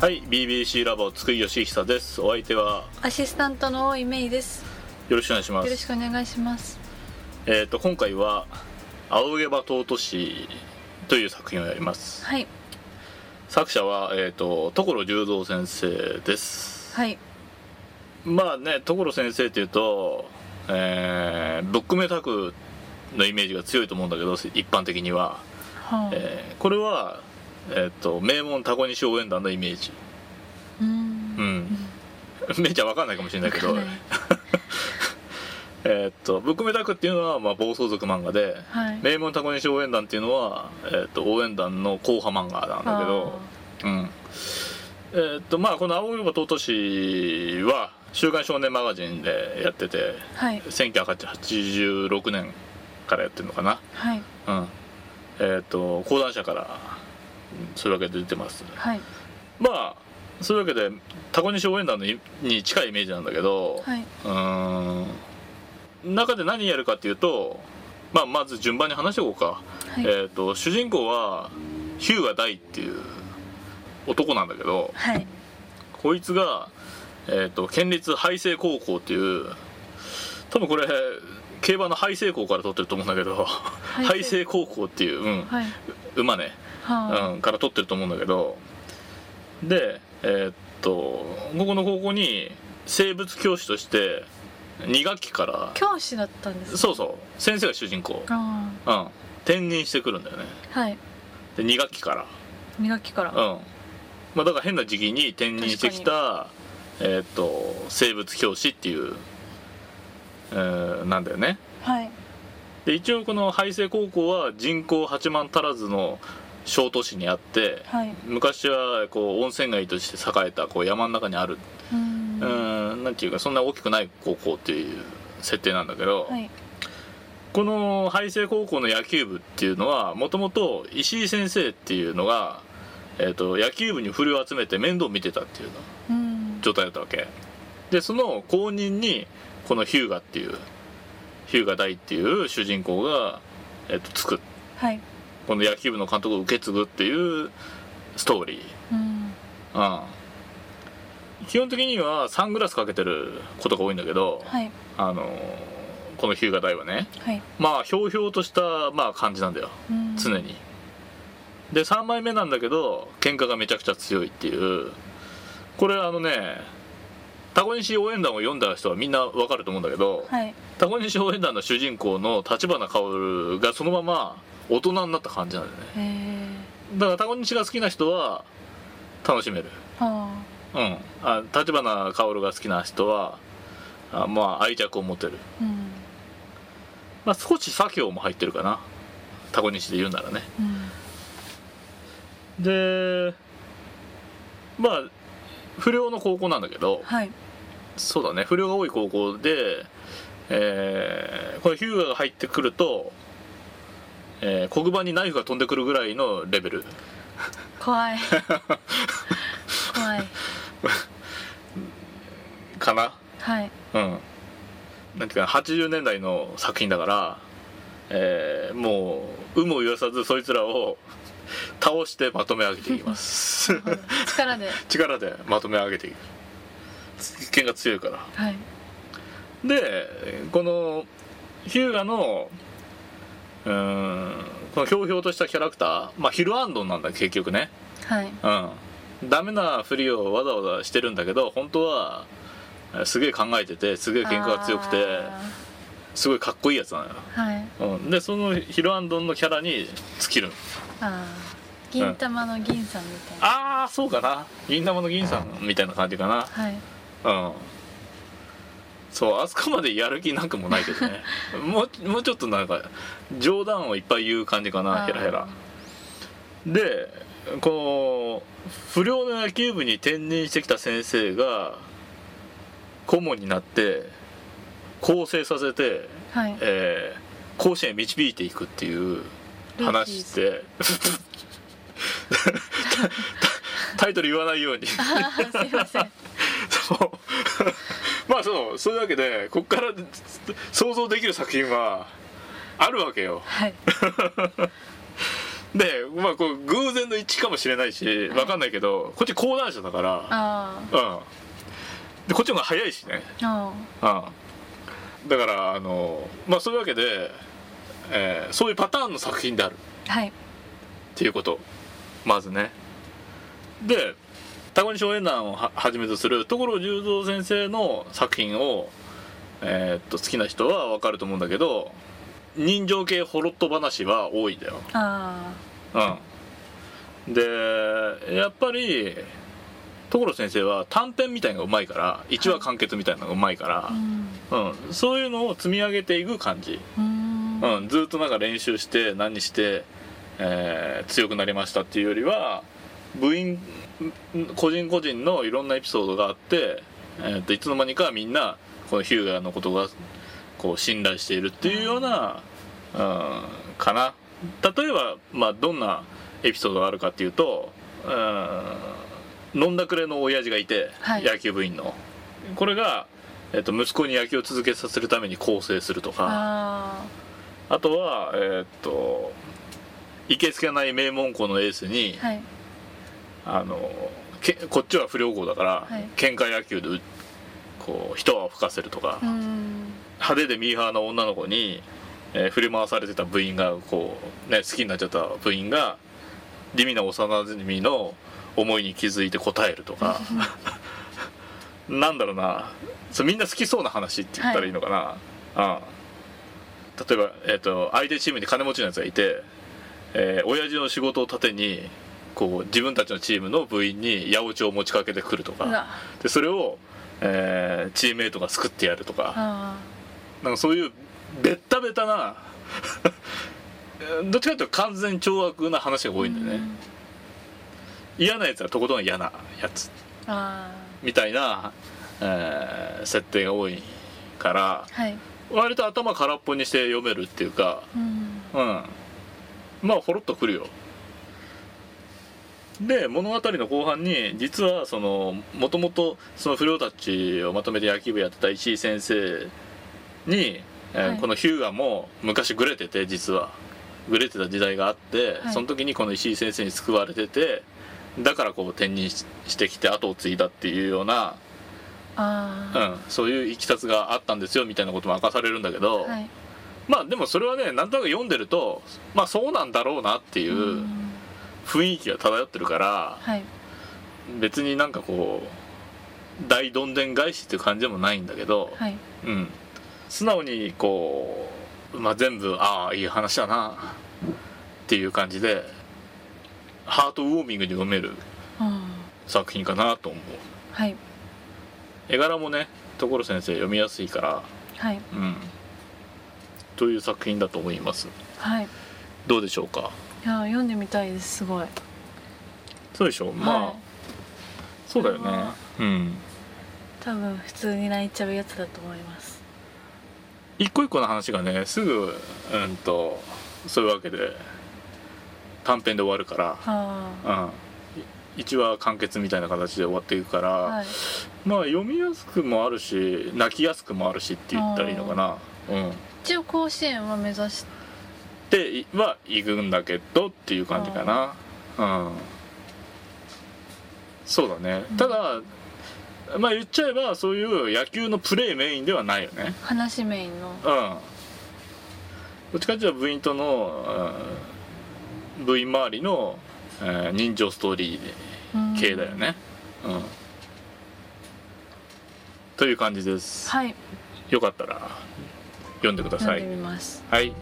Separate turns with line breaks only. はい、BBC ラボ津久井義久です。お相手は
アシスタントの大井芽衣です。
よろしくお願いしま
よろ
す。
しくお願いします。
えっ、と今回は青毛羽尊氏という作品をやります。
はい、
作者はえっ、と所十三先生です。
はい、
まあね、所先生というと、えー、ブックメタクのイメージが強いと思うんだけど、一般的には、
はあ、
えーこれはえっ、と名門タコニシ応援団のイメージ。
うー、
うんん。 めいちゃんわかんないかもしれないけど
わかんない。
えーっと「ブックメタク」っていうのは、まあ、暴走族漫画で
はい。
「名門タコ西応援団」っていうのは、えーっと応援団の硬派漫画なんだけどうんえーっとまあこの青山尊氏は「週刊少年マガジン」でやってて
あーはい、
1986年からやってるのかな
はい、
うんえーっと講談社からうんそういうわけで出てます
はい、
まあそういうわけでタコ西応援団のいに近いイメージなんだけど、
はい、
うーん中で何やるかっていうと、まあ、まず順番に話していこうか、
はい、
えー、と主人公はヒューガ大っていう男なんだけど
はい、
こいつが、えー、と県立廃成高校っていう多分これ競馬の廃成校から取ってると思うんだけど廃成高校っていう、うん、
はい、
馬ね、
はあ、
うん、から取ってると思うんだけどでえーっとここの高校に生物教師として2学期から
教師だったんです。
そうそう先生が主人公、
あ
うん、転任してくるんだよね
あ、はい、
で2学期から、
二学期から。
うんまあ、だから変な時期に転任してきたえーっと生物教師っていう、えーなんだよね
はい、
で一応この廃成高校は人口8万足らずの小都市にあって
はい、
昔はこう温泉街として栄えたこう山の中にある、
う
う
ー
んーん、なんていうかそんな大きくない高校っていう設定なんだけど、
はい、
この廃成高校の野球部っていうのはもともと石井先生っていうのが、えー、と野球部に振りを集めて面倒見てたっていうの
うーん、
状態だったわけでその後任にこのヒューガっていうヒューガ大っていう主人公が、えー、とつく
はい、
この野球部の監督を受け継ぐっていうストーリー
うーん、
うん基本的にはサングラスかけてることが多いんだけど、
はい、
あのこの日向大はね
はい、
まあひょうひょうとした、まあ、感じなんだよ
うーん
常。に、で3枚目なんだけど喧嘩がめちゃくちゃ強いっていうこれあのねタコニシ応援団を読んだ人はみんなわかると思うんだけど、
はい、
タコニシ応援団の主人公の立花薫がそのまま大人になった感じなんだよね
えー、
だからタコニシが好きな人は楽しめる
は
うん、あ立花薫が好きな人はあまあ愛着を持てる、
あ、うん、
まあ、少し左京も入ってるかなタコニシで言うならね
うん、
でまあ不良の高校なんだけど
はい、
そうだね不良が多い高校で、えーこれヒューガが入ってくると、えー黒板にナイフが飛んでくるぐらいのレベル
怖い。怖い、
かな
はい、
うん、なんていうかな80年代の作品だから、えーもう有無を言わさずそいつらを 倒してまとめ上げていきます
力で、
力でまとめ上げていく剣が強いから
はい、
でこのヒューガのうーんこのひょうひょうとしたキャラクターまあヒルアンドンなんだ結局ね
はい。
うんダメなふりをわざわざしてるんだけど本当はえーすげえ考えててすげえ喧嘩が強くて
あ
すごいかっこいいやつなのよ
ーはい
うん、でそのヒルアンドンのキャラに尽きる
あー銀玉の銀さんみたいな、
ああそうかな銀玉の銀さんみたいな感じか
はい
なうんそうあそこまでやる気なくもないけど ねもうもうちょっとなんか冗談をいっぱい言う感じかな
あー
ヘラヘラでこの不良の野球部に転任してきた先生が顧問になって更生させて
はい
えー甲子園へ導いていくっていう話して タタイトル言わないように
あー すいません
そう まあそうそういうわけでこっから想像できる作品はあるわけよ
はい
で、まあ、こう偶然の一致かもしれないし分かんないけどこっち講談社だから、
あ
うん、でこっちの方が早いしね、
ーあ
うん、だからあのまあそういうわけで、えーそういうパターンの作品である
ーはい
っていうことまずねでタコに少年団をははじめとする所十三先生の作品を、えーっと好きな人は分かると思うんだけど人情系ほろっと話は多いんだよ、
あ
うん、でやっぱり所先生は短編みたいなのがうまいから一話完結みたいなのがうまいから、
あうん
うん、そういうのを積み上げていく感じ、
うーん
うん、ずっとなんか練習して何して、えー強くなりましたっていうよりは部員ん個人個人のいろんなエピソードがあって、えーといつの間にかみんなこのヒューガーのことがこう信頼しているっていうような、うん、かな例えば、まあ、どんなエピソードがあるかっていうと、うん、飲んだくれの親父がいて、
はい
野球部員のこれが、えーと息子に野球を続けさせるために更生するとか。
あ
あとはえーっといけつけない名門校のエースに、
ーはい
あのけこっちは不良校だから、
はい
喧嘩野球でうこう一泡吹かせるとか、
うーん
派手でミーハーな女の子に、えー振り回されてた部員がこう、ね、好きになっちゃった部員が地味な幼馴染の思いに気づいて答えるとか なんだろうなそうみんな好きそうな話って言ったらいいのかな、うん、例えば、えー、と相手チームに金持ちのやつがいて、えー親父の仕事を盾にこう自分たちのチームの部員に八百長を持ちかけてくると
う
か
わ
でそれを、えーチームメイトが救ってやるとか。
あ
なんかそういうベッタベタな どっちかというと完全懲悪な話が
ー
多いんだよ
う
ね嫌なやつはとことん嫌なやつ
あ
みたいな、えー設定が多いから
あはい
割と頭空っぽにして読めるっていうか
うん
うんまあほろっとくるよで物語の後半に実はそのもともとその不良たちをまとめて野球部やってた石井先生に、えー
はい
このヒューガも昔グレてて実はグレてた時代があって、
はい
その時にこの石井先生に救われててだからこう転任ししてきて後を継いだっていうような、
あ
う
あ
ん、そういういきさつがあったんですよみたいなことも明かされるんだけど、
はい
まあでもそれはねなんとなく読んでるとまあそうなんだろうなっていううん雰囲気が漂ってるから
はい
別になんかこう大どんでん返しっていう感じでもないんだけど、
はい
うん、素直にこう、まあ、全部ああいい話だなっていう感じでハートウォーミングに読める
うん
作品かなと思う
はい
絵柄もね所先生読みやすいから
はい
うんという作品だと思います
はいい
どうでしょうか
やー読んでみたいですすごい
そうでしょうまあ、
はい
そうだよね
これは
うん
多分普通に泣いちゃうやつだと思います
一個一個の話がねすぐうんとそういうわけで短編で終わるか
あ
らうんい一話完結みたいな形で終わっていくから、
あはい
まあ読みやすくもあるし泣きやすくもあるしって言ったらいいのかなうんっ
一応甲子園は目指して
はいくんだけどっていう感じかなうんそうだね
うん
ただまあ言っちゃえばそういう野球のプレーメインではないよね
話メインの
うんどっちかっていうと部員との、うん部員周りの、えー人情ストーリ
うん
ー系だよねうん、という感じです、
はい
よかったら読んでください
読んでみます
はい